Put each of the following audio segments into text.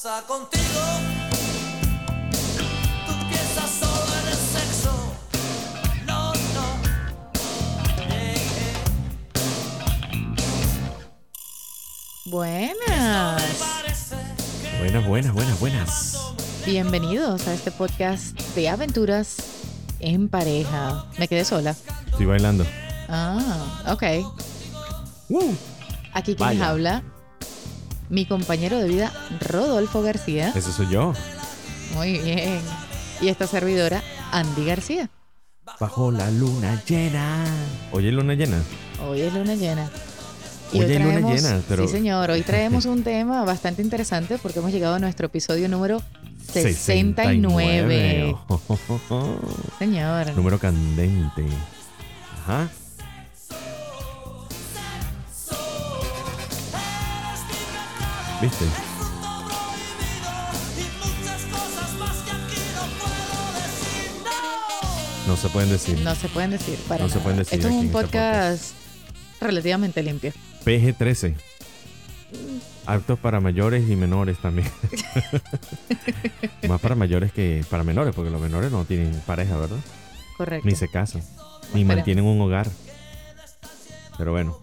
sola contigo. Tú piensas solo en el sexo. No, no. Yeah, yeah. Buenas. Me parece que Buenas, buenas, buenas, buenas. Bienvenidos a este podcast de aventuras en pareja. Me quedé sola. Estoy bailando. Ah, ok. ¡Woo! Aquí quien les Vaya. habla, mi compañero de vida, Rodolfo García. Eso soy yo. Muy bien. Y esta servidora, Andy García. Bajo la luna llena. Oye, luna llena. Hoy es luna llena. Oye, luna llena, pero- Sí, señor. Hoy traemos un tema bastante interesante porque hemos llegado a nuestro episodio número 69. 69. Oh, oh, oh, oh. Señor. Número candente. Ajá. ¿Viste? y muchas cosas más que aquí no puedo decir. No. No se pueden decir. No se pueden decir. Para No se nada. pueden decir Esto es aquí un en este podcast relativamente limpio. PG-13. Actos para mayores y menores también. Más para mayores que para menores, porque los menores no tienen pareja, ¿verdad? Correcto. Ni se casan, ni Espera. mantienen un hogar. Pero bueno.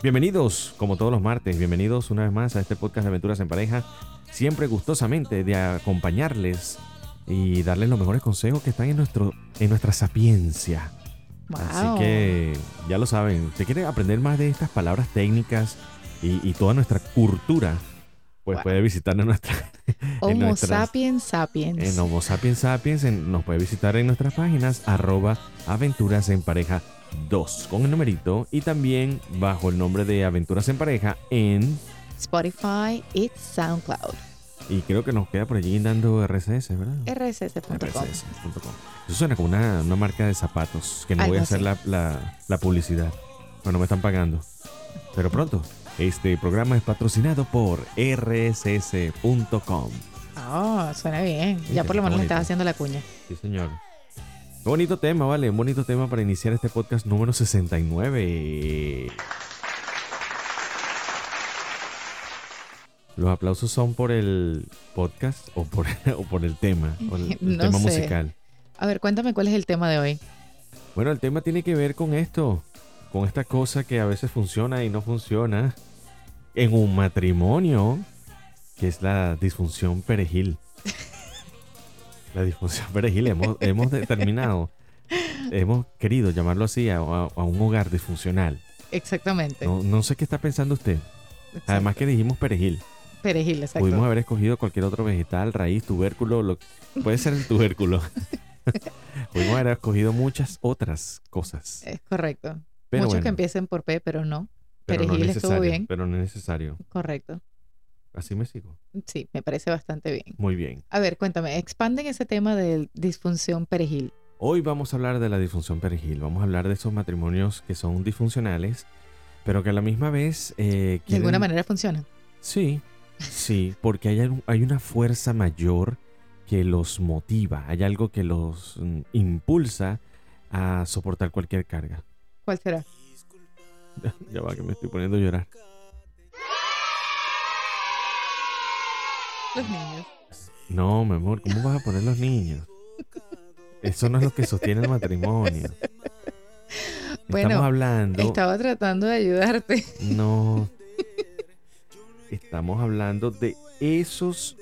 Bienvenidos, como todos los martes, bienvenidos una vez más a este podcast de aventuras en pareja. Siempre gustosamente de acompañarles y darles los mejores consejos que están en, nuestro, en nuestra sapiencia. Wow. Así que ya lo saben, usted quiere aprender más de estas palabras técnicas y, y toda nuestra cultura, pues Wow. puede visitarnos en nuestra... en Homo nuestras- sapiens sapiens. En Homo Sapiens Sapiens en- nos puede visitar en nuestras páginas arroba aventuras en pareja 2 con el numerito y también bajo el nombre de aventuras en pareja en... Spotify y SoundCloud. Y creo que nos queda por allí dando RSS, ¿verdad? rss.com. RSS.com. Eso suena como una, una marca de zapatos, que no Algo voy a hacer así. la, la- la publicidad. Bueno, no me están pagando. Pero pronto, este programa es patrocinado por rss.com. Ah, suena bien. Viste, Ya por lo menos le bonito. estás haciendo la cuña. Sí, señor. Qué bonito tema, vale. Un bonito tema para iniciar este podcast número 69. Los aplausos son por el podcast o por, o por el tema, o el, el No tema sé. musical. A ver, cuéntame cuál es el tema de hoy. Bueno, el tema tiene que ver con esto, con esta cosa que a veces funciona y no funciona en un matrimonio, que es la disfunción perejil. La disfunción perejil, hemos, hemos determinado, hemos querido llamarlo así a, a- a un hogar disfuncional. Exactamente. No, no sé qué está pensando usted. Exacto. Además que dijimos perejil. Perejil, exacto. Pudimos haber escogido cualquier otro vegetal, raíz, tubérculo, lo, puede ser el tubérculo. Pudimos haber escogido muchas otras cosas. Es correcto. Pero Muchos que bueno, empiecen por P, pero no. pero no es perejil estuvo necesario, bien. Pero no es necesario. Correcto. Así me sigo. Sí, me parece bastante bien. Muy bien. A ver, cuéntame, expanden ese tema de disfunción perejil. Hoy vamos a hablar de la disfunción perejil. Vamos a hablar de esos matrimonios que son disfuncionales, pero que a la misma vez... eh, De alguna quieren- manera funciona. Sí, sí, porque hay, al- hay una fuerza mayor que los motiva. Hay algo que los mm, impulsa a soportar cualquier carga. ¿Cuál será? Ya va, que me estoy poniendo a llorar. Los niños. No, mi amor, ¿cómo vas a poner los niños? Eso no es lo que sostiene el matrimonio. Bueno, estamos hablando. Estaba tratando de ayudarte. No. Estamos hablando de esos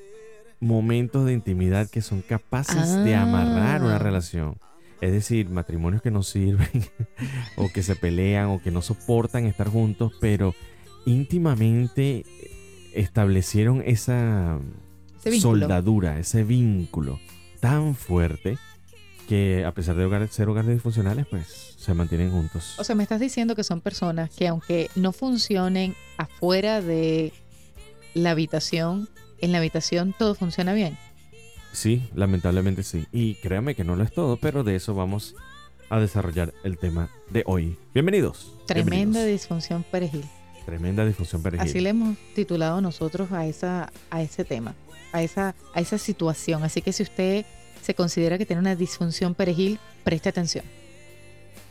momentos de intimidad que son capaces de Ah. amarrar una relación. Es decir, matrimonios que no sirven, o que se pelean, o que no soportan estar juntos, pero íntimamente establecieron esa, Ese vínculo. soldadura, ese vínculo tan fuerte que a pesar de hogar- ser hogares disfuncionales, pues se mantienen juntos. O sea, me estás diciendo que son personas que aunque no funcionen afuera de la habitación, en la habitación todo funciona bien. sí, lamentablemente sí. Y créame que no lo es todo, pero de eso vamos a desarrollar el tema de hoy. Bienvenidos. Tremenda bienvenidos. disfunción perejil. Tremenda disfunción perejil. Así le hemos titulado nosotros a esa a ese tema, a esa a esa situación. Así que si usted se considera que tiene una disfunción perejil, preste atención.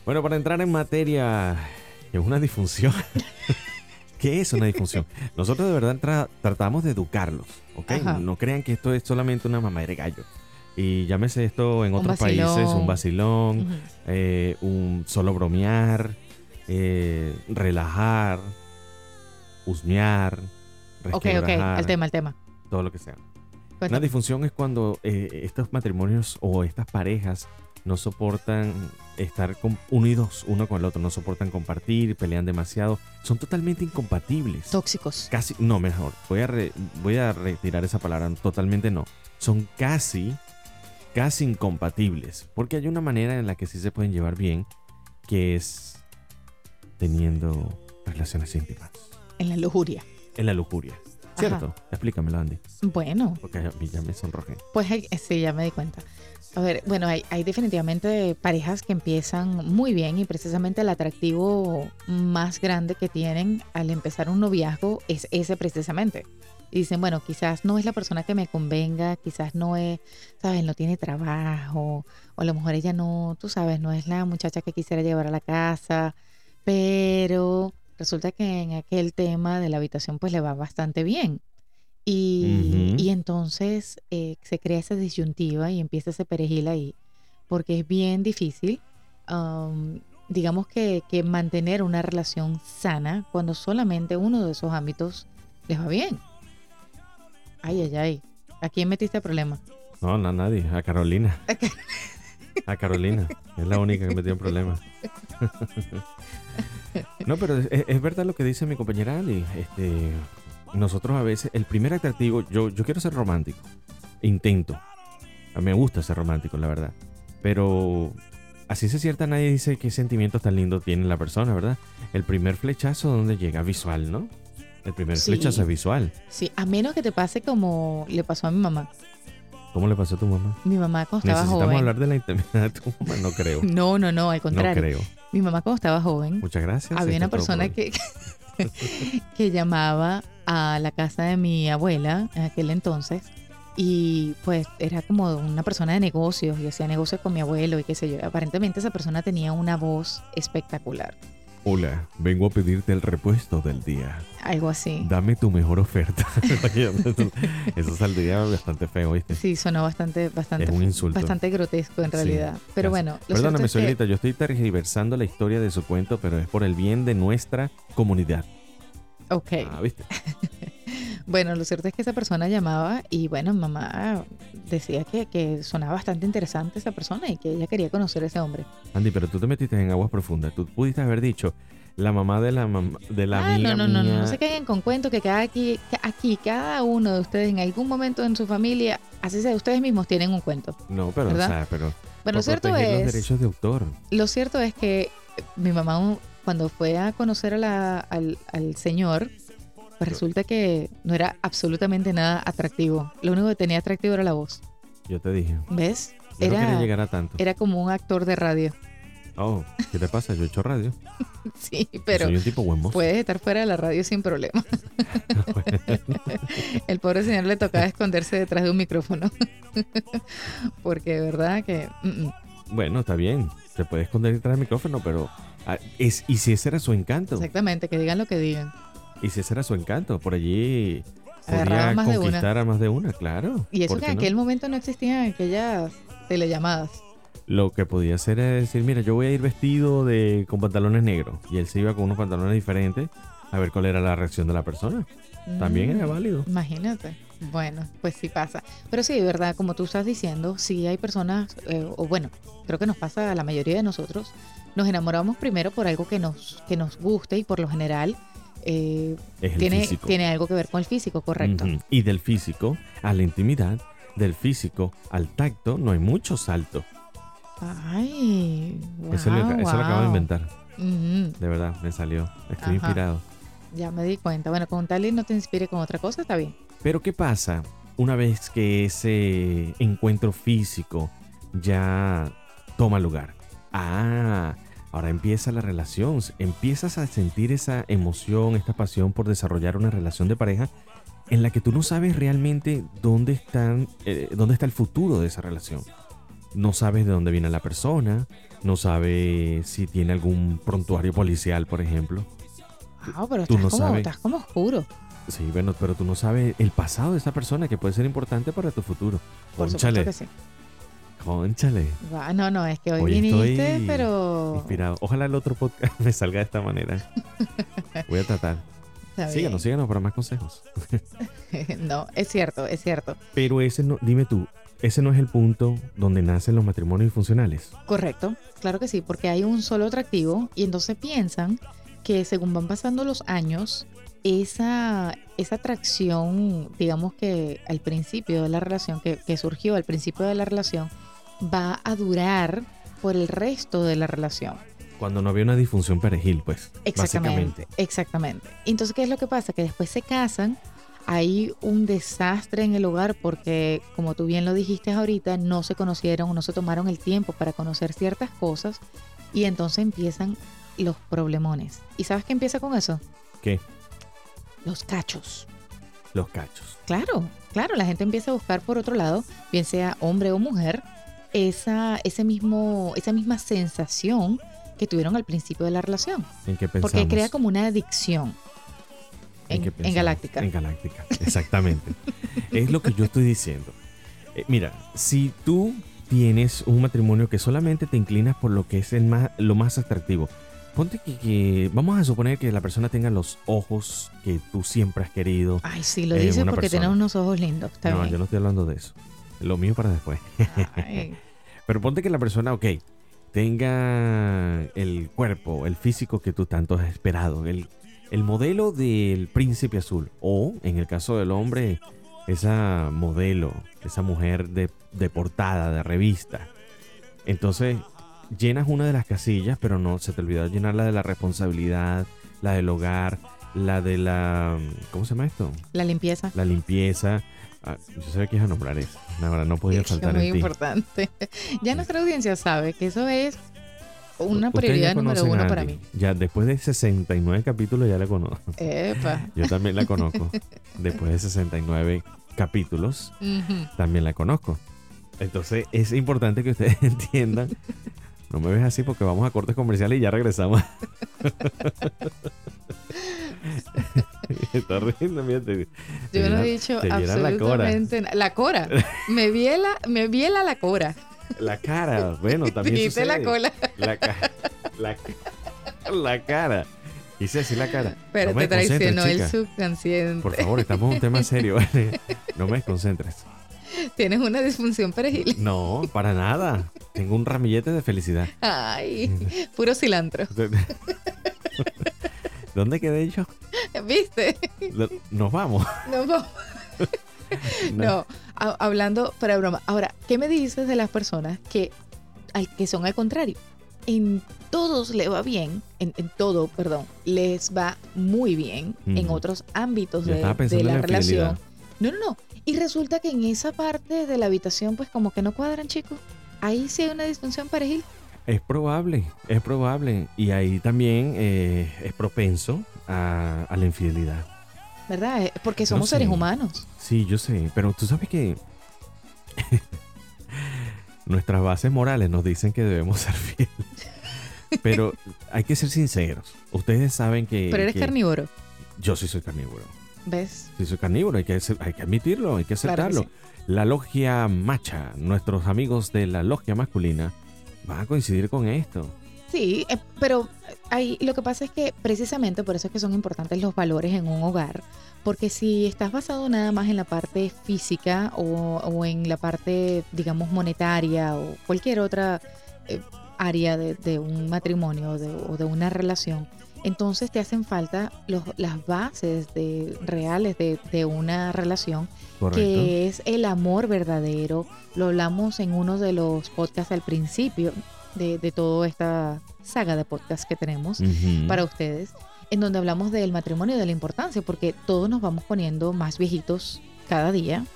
Bueno, para entrar en materia, es una disfunción. ¿Qué es una disfunción? Nosotros de verdad tra- tratamos de educarlos, ¿ok? Ajá. No crean que esto es solamente una mamá de gallo. Y llámese esto en Un otros vacilón. países un vacilón, Ujú. eh, un solo bromear, eh, relajar, husmear, Ok, ok, resquebrajar, el tema, el tema. todo lo que sea. Una Cuéntame. disfunción es cuando eh, estos matrimonios o estas parejas no soportan estar com- unidos uno con el otro, no soportan compartir, pelean demasiado, son totalmente incompatibles. Tóxicos. casi, no, mejor, voy a, re- voy a retirar esa palabra, totalmente no. Son casi, casi incompatibles, porque hay una manera en la que sí se pueden llevar bien, que es teniendo relaciones íntimas, En la lujuria. en la lujuria. ¿Cierto? Explícamelo, Andy, Bueno, porque a mí ya me sonrojé. pues hay- sí, ya me di cuenta. A ver, bueno, hay, hay definitivamente parejas que empiezan muy bien y precisamente el atractivo más grande que tienen al empezar un noviazgo es ese precisamente. Y dicen, bueno, quizás no es la persona que me convenga, quizás no es, sabes, no tiene trabajo, o a lo mejor ella no, tú sabes, no es la muchacha que quisiera llevar a la casa, pero resulta que en aquel tema de la habitación pues le va bastante bien. Y, Ujú. y entonces eh, se crea esa disyuntiva y empieza ese perejil ahí, porque es bien difícil, am, digamos que, que mantener una relación sana cuando solamente uno de esos ámbitos les va bien. Ay, ay, ay. ¿A quién metiste problema? No, no, a nadie. A Carolina. A Carolina. Es la única que me tiene problemas. No, pero es, es verdad lo que dice mi compañera Ali. Este, nosotros a veces, el primer atractivo, yo, yo quiero ser romántico. Intento. A mí me gusta ser romántico, la verdad. Pero así se cierta, nadie dice qué sentimientos tan lindos tiene la persona, ¿verdad? El primer flechazo, ¿dónde llega? Visual, ¿no? El primer Sí. flechazo es visual. Sí, a menos que te pase como le pasó a mi mamá. ¿Cómo le pasó a tu mamá? Mi mamá cuando estaba Necesitamos joven. hablar de la intimidad de tu mamá, no creo. No, no, no, al No contrario. creo. mi mamá cuando estaba joven, Muchas gracias. había una Esto es todo persona por hoy. que, que llamaba a la casa de mi abuela en aquel entonces y pues era como una persona de negocios y hacía negocios con mi abuelo y qué sé yo. Aparentemente esa persona tenía una voz espectacular, Hola, vengo a pedirte el repuesto del día. algo así. Dame tu mejor oferta. Oye, eso- Eso saldría bastante feo, ¿viste? Sí, sonó bastante, bastante, Es un insulto. bastante grotesco en Sí, realidad. Pero casi. bueno, lo cierto Perdóname, es que- señorita, yo estoy tergiversando la historia de su cuento, pero es por el bien de nuestra comunidad. Ok. Ah, ¿viste? Bueno, lo cierto es que esa persona llamaba y bueno, mamá decía que, que sonaba bastante interesante esa persona y que ella quería conocer a ese hombre. Andy, pero tú te metiste en aguas profundas. Tú pudiste haber dicho, la mamá de la, mam- de la ah, amiga no, no, no, no, mía- no se caigan con cuentos que cada aquí, que aquí, cada uno de ustedes en algún momento en su familia, así sea, ustedes mismos tienen un cuento. No, pero, ¿Verdad? o sea, pero... Bueno, por lo cierto proteger los es, derechos de autor. lo cierto es que mi mamá un- cuando fue a conocer a la- al, al señor, pues resulta que no era absolutamente nada atractivo. Lo único que tenía atractivo era la voz. Yo te dije. ¿Ves? Yo no quería Era, llegar a tanto. era como un actor de radio. Oh, ¿qué te pasa? Yo he hecho radio. Sí, pero Soy un tipo buen mozo. puedes estar fuera de la radio sin problema. Pues, El pobre señor le tocaba esconderse detrás de un micrófono. Porque de verdad que... mm, mm. Bueno, está bien. Se puede esconder detrás del micrófono, pero. ah, Es, y si ese era su encanto. exactamente, que digan lo que digan. Y si ese era su encanto. Por allí. Podría Agarraba más de conquistar a más de una, claro. Y eso ¿Por que qué en no? aquel momento no existían aquellas telellamadas. Lo que podía hacer es decir: Mira, yo voy a ir vestido de con pantalones negros. Y él se iba con unos pantalones diferentes a ver cuál era la reacción de la persona. También Mm, era válido. Imagínate. Bueno, pues sí pasa. Pero sí, de verdad, como tú estás diciendo, sí hay personas, eh, o bueno, creo que nos pasa a la mayoría de nosotros, nos enamoramos primero por algo que nos, que nos guste y por lo general eh, Es el tiene, físico. tiene algo que ver con el físico, correcto. Ujú. Y del físico a la intimidad, del físico al tacto, no hay mucho salto. Ay, wow, eso lo, eso lo acabo wow. de inventar. Ujú, De verdad, me salió. Estoy Ajá. inspirado. ya me di cuenta. Bueno, con tal y no te inspire con otra cosa, está bien. Pero ¿qué pasa una vez que ese encuentro físico ya toma lugar? Ah, ahora empieza la relación. Empiezas a sentir esa emoción, esta pasión por desarrollar una relación de pareja en la que tú no sabes realmente dónde, están, eh, dónde está el futuro de esa relación. No sabes de dónde viene la persona, no sabes si tiene algún prontuario policial, por ejemplo. Wow, pero Tú estás, no como, sabes. estás como oscuro. Sí, bueno, pero tú no sabes el pasado de esa persona que puede ser importante para tu futuro. Por Cónchale, supuesto que sí. cónchale. Va, no, no, es que hoy, Hoy viniste, estoy pero. Inspirado. Ojalá el otro podcast me salga de esta manera. Voy a tratar. está Síganos, bien. síganos para más consejos. no, es cierto, es cierto. Pero ese no, dime tú, ese no es el punto donde nacen los matrimonios funcionales. Correcto, claro que sí, porque hay un solo atractivo y entonces piensan que según van pasando los años, esa, esa atracción, digamos que al principio de la relación, que, que surgió al principio de la relación, va a durar por el resto de la relación. Cuando no había una disfunción perejil, pues. Exactamente, Básicamente. exactamente. Entonces, ¿qué es lo que pasa? Que después se casan, hay un desastre en el hogar porque, como tú bien lo dijiste ahorita, no se conocieron, no se tomaron el tiempo para conocer ciertas cosas y entonces empiezan los problemones. ¿Y sabes qué empieza con eso? ¿Qué? Los cachos. Los cachos. Claro, claro, la gente empieza a buscar por otro lado, bien sea hombre o mujer, esa, ese mismo, esa misma sensación que tuvieron al principio de la relación. ¿En qué pensamos? Porque crea como una adicción en, qué en pensamos? Galáctica. En Galáctica, exactamente. es lo que yo estoy diciendo. Eh, mira, si tú tienes un matrimonio que solamente te inclinas por lo que es el más, lo más atractivo, ponte que, que- vamos a suponer que la persona tenga los ojos que tú siempre has querido. Ay, sí, lo Eh, dices una porque persona. tiene unos ojos lindos. Ah, Está no, bien. yo no estoy hablando de eso. Lo mío para después. Ay, Pero ponte que la persona, ok, tenga el cuerpo, el físico que tú tanto has esperado, el, el modelo del príncipe azul. O, en el caso del hombre, esa modelo, esa mujer de, de portada, de revista. Entonces, llenas una de las casillas, pero no, se te olvidó llenar la de la responsabilidad, la del hogar, la de la... ¿Cómo se llama esto? la limpieza. La limpieza. Ah, yo sabía que ibas a nombrar eso. La verdad, no podía Es faltar muy en ti. importante. Ya nuestra audiencia sabe que eso es una Ustedes prioridad ya número conocen a uno para Andy. mí. Ya después de 69 capítulos ya la conozco. Epa. Yo también la conozco. después de 69 capítulos Ujú. también la conozco. Entonces es importante que ustedes entiendan. No me ves así porque vamos a cortes comerciales y ya regresamos. Está riendo, mira, te- te Yo no viera- he dicho te viera la cora. absolutamente nada. La cora. Me viela, me viela la cora. La cara, bueno, también Dijiste la sucede. cola, La, ca- la, ca- la cara. Hice así la cara. pero No me te traicionó el concentres, chica. subconsciente. Por favor, estamos en un tema serio, ¿vale? No me desconcentres. Tienes una disfunción perejil. No, para nada. Tengo un ramillete de felicidad. Ay, puro cilantro. ¿Dónde quedé yo? ¿Viste? Nos vamos. No, vamos. No, ha- hablando para broma. Ahora, ¿qué me dices de las personas que, al, que son al contrario? En todos le va bien, en, en todo, perdón, les va muy bien en Ujú. otros ámbitos Yo de, estaba pensando de la en la relación. infidelidad. No, no, no. Y resulta que en esa parte de la habitación, pues como que no cuadran, chicos. Ahí sí hay una disfunción parejil. Es probable, es probable. Y ahí también eh, es propenso a, a la infidelidad. ¿Verdad? Eh, Porque No somos sé. seres humanos. Sí, yo sé, pero tú sabes que nuestras bases morales nos dicen que debemos ser fieles. Pero hay que ser sinceros. Ustedes saben que... Pero eres que- carnívoro, Yo sí soy carnívoro. ¿ves? Sí soy carnívoro, hay que, ace- hay que admitirlo, hay que Claro que aceptarlo. La logia macha, nuestros amigos de la logia masculina van a coincidir con esto. Sí, eh, pero ahí lo que pasa es que precisamente por eso es que son importantes los valores en un hogar, porque si estás basado nada más en la parte física o, o en la parte, digamos, monetaria o cualquier otra eh, área de, de un matrimonio o de, o de una relación, entonces te hacen falta los- las bases de, reales de- de una relación Correcto. que es el amor verdadero. Lo hablamos en uno de los podcasts al principio de, de toda esta saga de podcasts que tenemos Ujú. para ustedes, en donde hablamos del matrimonio y de la importancia, porque todos nos vamos poniendo más viejitos cada día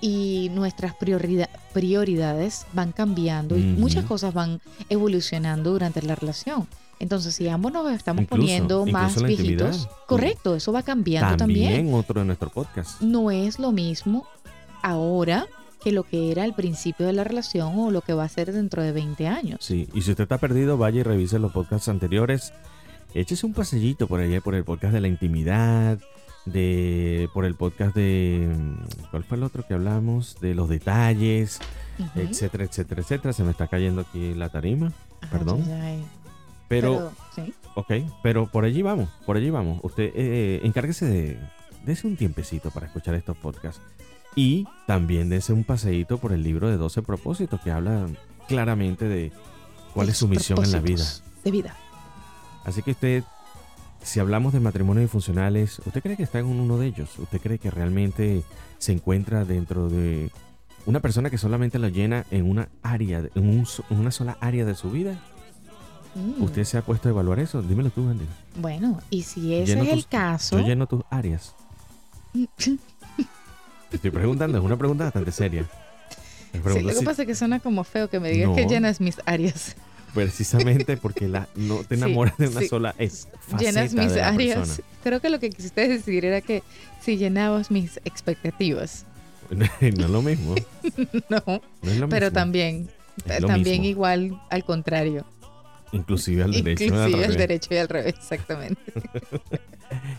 y nuestras priorida- prioridades van cambiando y Ujú. muchas cosas van evolucionando durante la relación. Entonces, si ambos nos estamos Incluso- poniendo incluso más la intimidad. viejitos, correcto, eso va cambiando también, también otro de nuestros podcasts. no es lo mismo ahora que lo que era al principio de la relación o lo que va a ser dentro de 20 años. Sí, y si usted está perdido, vaya y revise los podcasts anteriores. échese un pasellito por allá, por el podcast de la intimidad, de por el podcast de... mm, ¿Cuál fue el otro que hablamos? De los detalles, Ujú. etcétera, etcétera, etcétera. Se me está cayendo aquí la tarima, Ajá, perdón. ya, ya, ya. pero sí. Ok, pero por allí vamos, por allí vamos. Usted eh, encárguese de. Dese un tiempecito para escuchar estos podcasts. Y también dese un paseíto por el libro de 12 propósitos que habla claramente de cuál es su Tus misión en la vida. propósitos De vida. Así que usted, si hablamos de matrimonios disfuncionales, ¿usted cree que está en uno de ellos? ¿Usted cree que realmente se encuentra dentro de una persona que solamente lo llena en una área, en, un so- en una sola área de su vida? Mm. ¿Usted se ha puesto a evaluar eso? Dímelo tú, Andy. Bueno, y si ese Lleno es el tus- caso, Yo lleno tus áreas. Te estoy preguntando, es una pregunta bastante seria. Me Sí, pregunto lo que si- pasa es que suena como feo que me digas que No. llenas mis áreas. precisamente porque la, no te Sí, enamoras de una sí. sola es llenas faceta mis de la áreas. persona. Creo que lo que quisiste decir era que si llenabas mis expectativas. no es lo mismo. No, no es lo pero mismo. también, Es lo también mismo. igual al contrario. Inclusive al derecho. al Inclusive al revés. derecho y al revés, exactamente.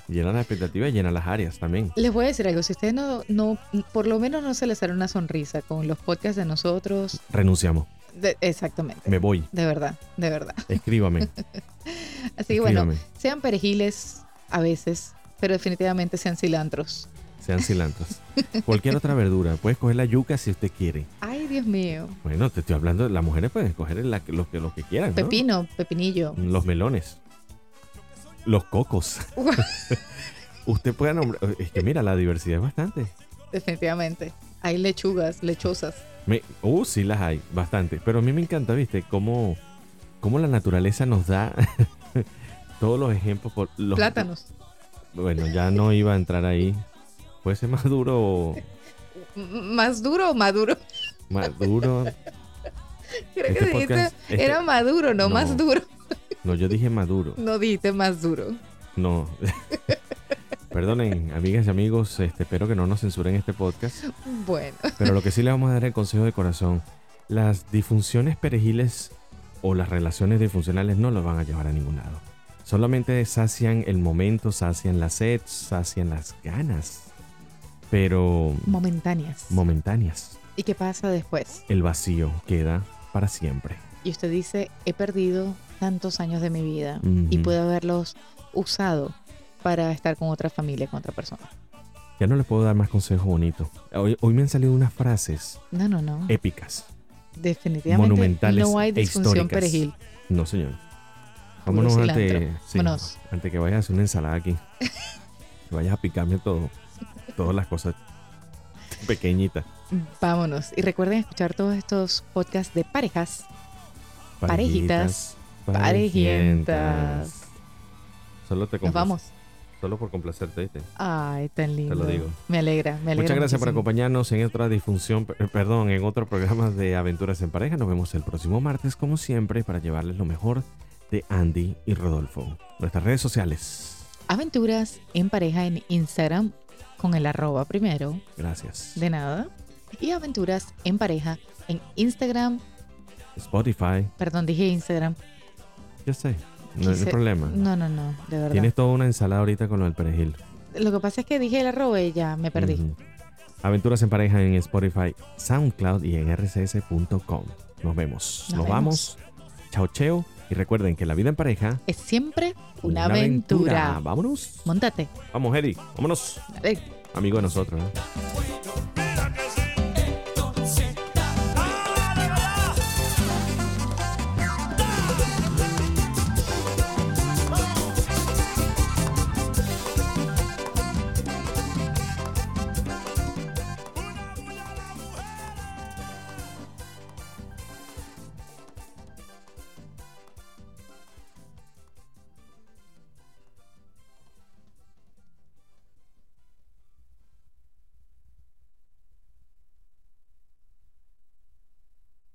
Llena las expectativas, llena las áreas también. Les voy a decir algo, si ustedes no, no, por lo menos no se les hará una sonrisa con los podcasts de nosotros, Renunciamos. de- exactamente. Me voy. De verdad, de verdad. Escríbame. Así que bueno, escríbame. sean perejiles a veces, pero definitivamente sean cilantros. Sean cilantros. Cualquier otra verdura. Puedes coger la yuca si usted quiere. Ay, Dios mío. Bueno, te estoy hablando. Las mujeres pueden escoger la- lo, que, lo que quieran. ¿no? Pepino, pepinillo. Los melones. Los cocos. Usted puede nombrar. Es que mira, la diversidad es bastante. Definitivamente. Hay lechugas, lechosas. Me, uh, sí las hay, bastante. Pero a mí me encanta, viste, cómo, cómo la naturaleza nos da todos los ejemplos. Por los, Plátanos. Bueno, ya no iba a entrar ahí. Puede ser más duro o M- ¿Más duro o maduro? más duro. Creo Este que dijiste, podcast, este- era maduro, no, no. más duro. No, yo dije más duro. No dijiste más duro. No. Perdonen, amigas y amigos, este, espero que no nos censuren este podcast. Bueno, Pero lo que sí le vamos a dar el consejo de corazón, las disfunciones perejiles o las relaciones disfuncionales no los van a llevar a ningún lado. Solamente sacian el momento, sacian la sed, sacian las ganas, pero momentáneas. momentáneas. ¿Y qué pasa después? El vacío queda para siempre. Y usted dice, he perdido tantos años de mi vida y Ujú. puedo haberlos usado para estar con otra familia, con otra persona. Ya no les puedo dar más consejos bonitos. Hoy, hoy me han salido unas frases No, no, no. épicas. Definitivamente Eh, monumentales no hay e disfunción históricas. perejil. No, señor. Puro Vámonos ante, cilantro. sí, Vámonos. ante que vayas a hacer una ensalada aquí. Que vayas a picarme todo. Todas las cosas pequeñitas. Vámonos. Y recuerden escuchar todos estos podcasts de parejas. Parejitas, parejientas. Solo te Nos complac- vamos. Solo por complacerte, ¿viste? Ay, tan lindo. digo. Me alegra, me alegra. Muchas gracias por muchísimo. acompañarnos en otra disfunción, per- perdón, en otro programa de Aventuras en Pareja. Nos vemos el próximo martes, como siempre, para llevarles lo mejor de Andy y Rodolfo. Nuestras redes sociales. Aventuras en pareja en Instagram con el arroba primero, Gracias. de nada. Y aventuras en pareja en Instagram, Spotify. perdón, dije Instagram. Ya sé. No es Quise- problema. No, no, no, de verdad. Tienes toda una ensalada ahorita con lo del perejil. Lo que pasa es que dije el arroba y ya me perdí. Ujú. Aventuras en pareja en Spotify, SoundCloud y en rcs.com. Nos vemos. Nos vemos. Nos, vamos. Chao, cheo. Y recuerden que la vida en pareja. Es siempre una, aventura. Vámonos. Montate. Vamos, Eddie. Vámonos. Dale. Amigo de nosotros. ¿no? Fuego.